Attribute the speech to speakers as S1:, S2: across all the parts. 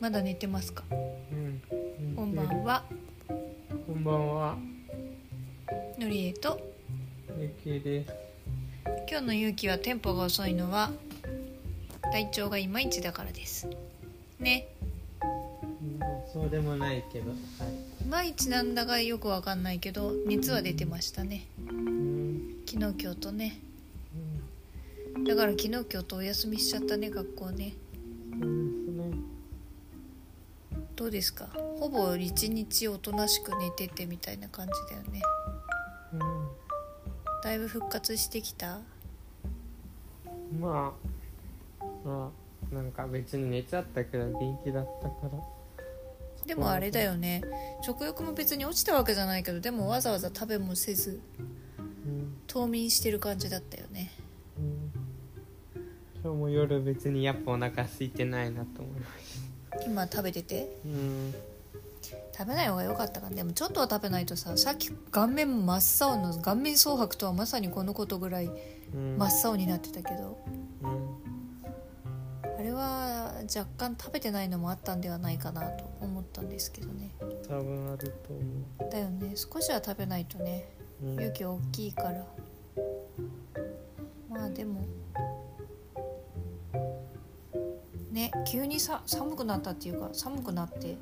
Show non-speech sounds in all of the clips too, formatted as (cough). S1: まだ寝てますか
S2: うん
S1: こんばんは
S2: こんばんは
S1: のりえと
S2: ゆきです
S1: 今日の勇気はテンポが遅いのは体調がいまいちだからですね
S2: うんそうでもないけどはい
S1: まいちなんだかよくわかんないけど熱は出てましたね
S2: いうん
S1: 昨日今日とねだから昨日今日とお休みしちゃったね学校ね
S2: うん
S1: どうですかほぼ一日おとなしく寝ててみたいな感じだよね
S2: そうですね
S1: だいぶ復活してきた
S2: うんまあまあなんか別に寝ちゃったけど元気だったから
S1: でもあれだよね食欲も別に落ちたわけじゃないけどでもわざわざ食べもせず
S2: うん
S1: 冬眠してる感じだったよね
S2: うん今日も夜別にやっぱお腹空いてないなと思いまし
S1: 今食べてて
S2: たう
S1: 食
S2: ん
S1: べない方が良かったかなでもちょっとは食べないとささっき顔面真っ青の顔面蒼白とはまさにこのことぐらい
S2: うん
S1: 真っ青になってたけど
S2: うん
S1: あれは若干食べてないのもあったんではないかなと思ったんですけどね
S2: 多分あると思
S1: だよね少しは食べないとね
S2: ううん
S1: 勇気大きいからまあでもね急にさ寒くなったっていうか寒くなって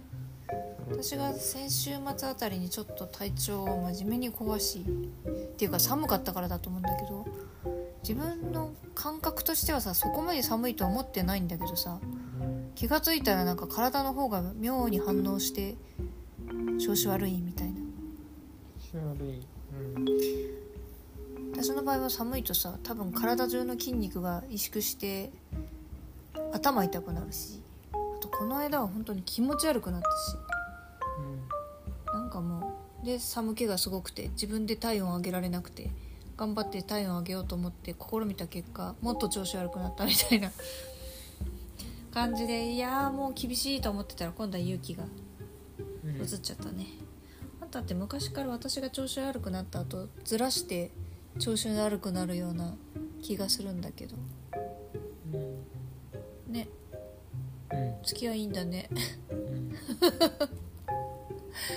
S1: 私が先週末あたりにちょっと体調を真面目に壊しっていうか寒かったからだと思うんだけど自分の感覚としてはさそこまで寒いとは思ってないんだけどさ
S2: うん
S1: 気が付いたらなんか体の方が妙に反応して調子悪いみたいな
S2: 気悪いうん
S1: 私の場合は寒いとさ多分体中の筋肉が萎縮して頭痛くなるしあとこの間は本当に気持ち悪くなったし
S2: うん
S1: なんかもうで寒気がすごくて自分で体温上げられなくて頑張って体温上げようと思って試みた結果もっと調子悪くなったみたいな (laughs) 感じでいやーもう厳しいと思ってたら今度は勇気が
S2: うん
S1: 移っちゃったねあんたって昔から私が調子悪くなった後ずらして調子悪くなるような気がするんだけど
S2: うん
S1: ね
S2: うん
S1: 付き合いいいんだね
S2: うんいい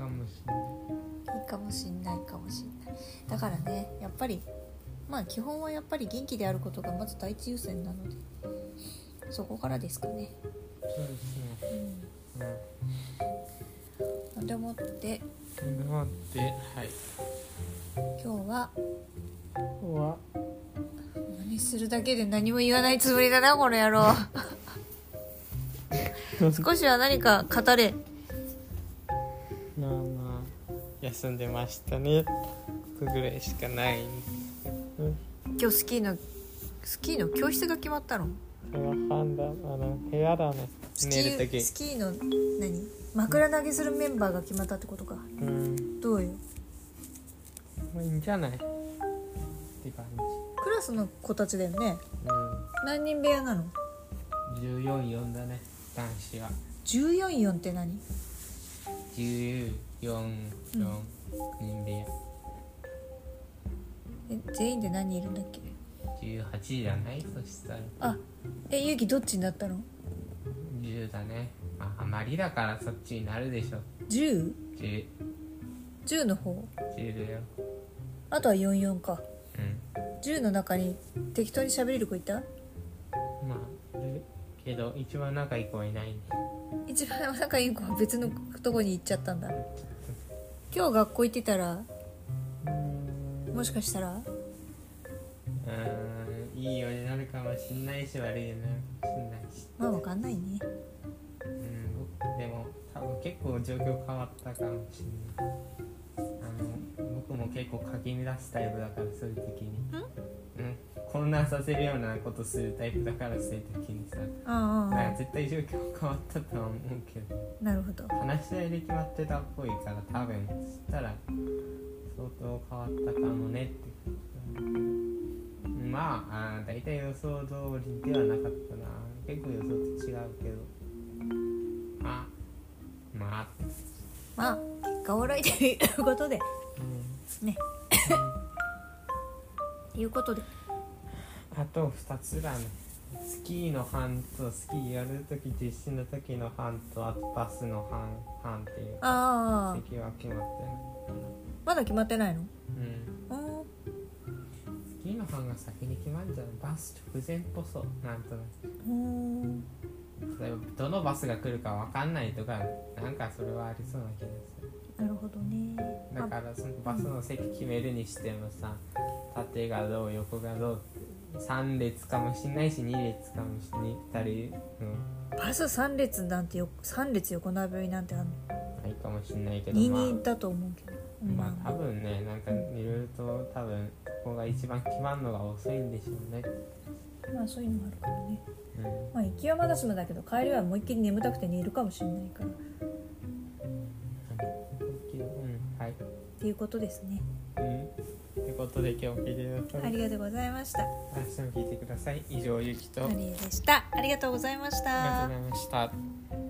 S2: かもしれない
S1: いいかもしんないかもしんないだからねやっぱりまあ基本はやっぱり元気であることがまず第一優先なのでそこからですかね
S2: そうですね
S1: うん
S2: う
S1: なんでもって
S2: んでもってはい
S1: 今日は
S2: 今日は
S1: 何するだけで何も言わないつもりだなこの野郎少しは何か語れ
S2: まあまあ休んでましたねぐらいしかないんですけど
S1: 今日スキーのスキーの教室が決まったの
S2: それは判断あの部屋だね
S1: スキ
S2: 寝る
S1: ー
S2: 時
S1: スキーの何枕投げするメンバーが決まったってことか
S2: うん
S1: どうよ
S2: まあいいんじゃないって感
S1: クラスの子たちだよね
S2: じ
S1: 何人部屋なの
S2: うん144だね男子は
S1: 144って何
S2: 144
S1: うん
S2: 人部屋
S1: え全員で何人いるんだっけ
S2: 18じゃないそしたら
S1: あえゆうきどっちになったの
S2: 10だねああまりだからそっちになるでしょ
S1: 10?10
S2: 1010
S1: の方
S2: だよ
S1: あとは44か
S2: うん
S1: 10の中に適当に喋れる子いた
S2: まあいるけど一番仲いい子はいないね
S1: 一番仲いい子は別のとこに行っちゃったんだ今日学校行ってたら
S2: うーん
S1: もしかしたら
S2: うーんいいようになるかもしんないし悪いようになるかもしんないし
S1: まあわかんないね
S2: うんでも多分結構状況変わったかもしんないあの僕も結構かき乱すタイプだからそういう時にうん混乱させるようなことするタイプだからそういう時にさ
S1: あああ
S2: まあ
S1: あ
S2: 絶対状況変わったとは思うけど
S1: なるほど
S2: 話し合いで決まってたっぽいから多分そしたら相当変わったかもねってまああー大体予想通りではなかったな結構予想と違うけどまあまあって
S1: まあ結果オーライということで
S2: (laughs)
S1: ねということで
S2: あと2つだねスキーの班とスキーやるとき実施の時の班とあとバスの班班っていう
S1: ああ
S2: 席は決まってないかな
S1: まだ決まってないの
S2: うん
S1: うん
S2: スキーの班が先に決まるんじゃないバス直前こそなんとな
S1: うん
S2: く例えばどのバスが来るかわかんないとかなんかそれはありそうな気がする
S1: なるほどね
S2: だからそのバスの席決めるにしてもさ縦がどう横がどう3列かもしんないし2列かもしんない2人の
S1: あバス3列なんてよ3列横並びなんてあんの
S2: ないかもしんないけど
S1: 二
S2: まあ
S1: 人だと思うけど
S2: まあ多分ねなんかいろいろと多分ここが一番決まるのが遅いんでしょうね、
S1: まあそういうのもあるからね
S2: うん、
S1: まあ行きはまだ済むだけど帰りはもう一気に眠たくて寝るかもしれないからっ
S2: うんはい、
S1: ていうことですね
S2: うん、ということで今日も聞いてくだ
S1: あ
S2: さい
S1: りがとうございました
S2: 明日も聞いてください以上ゆきとあ
S1: の
S2: り
S1: りえでしたありがとうございました
S2: がとうございました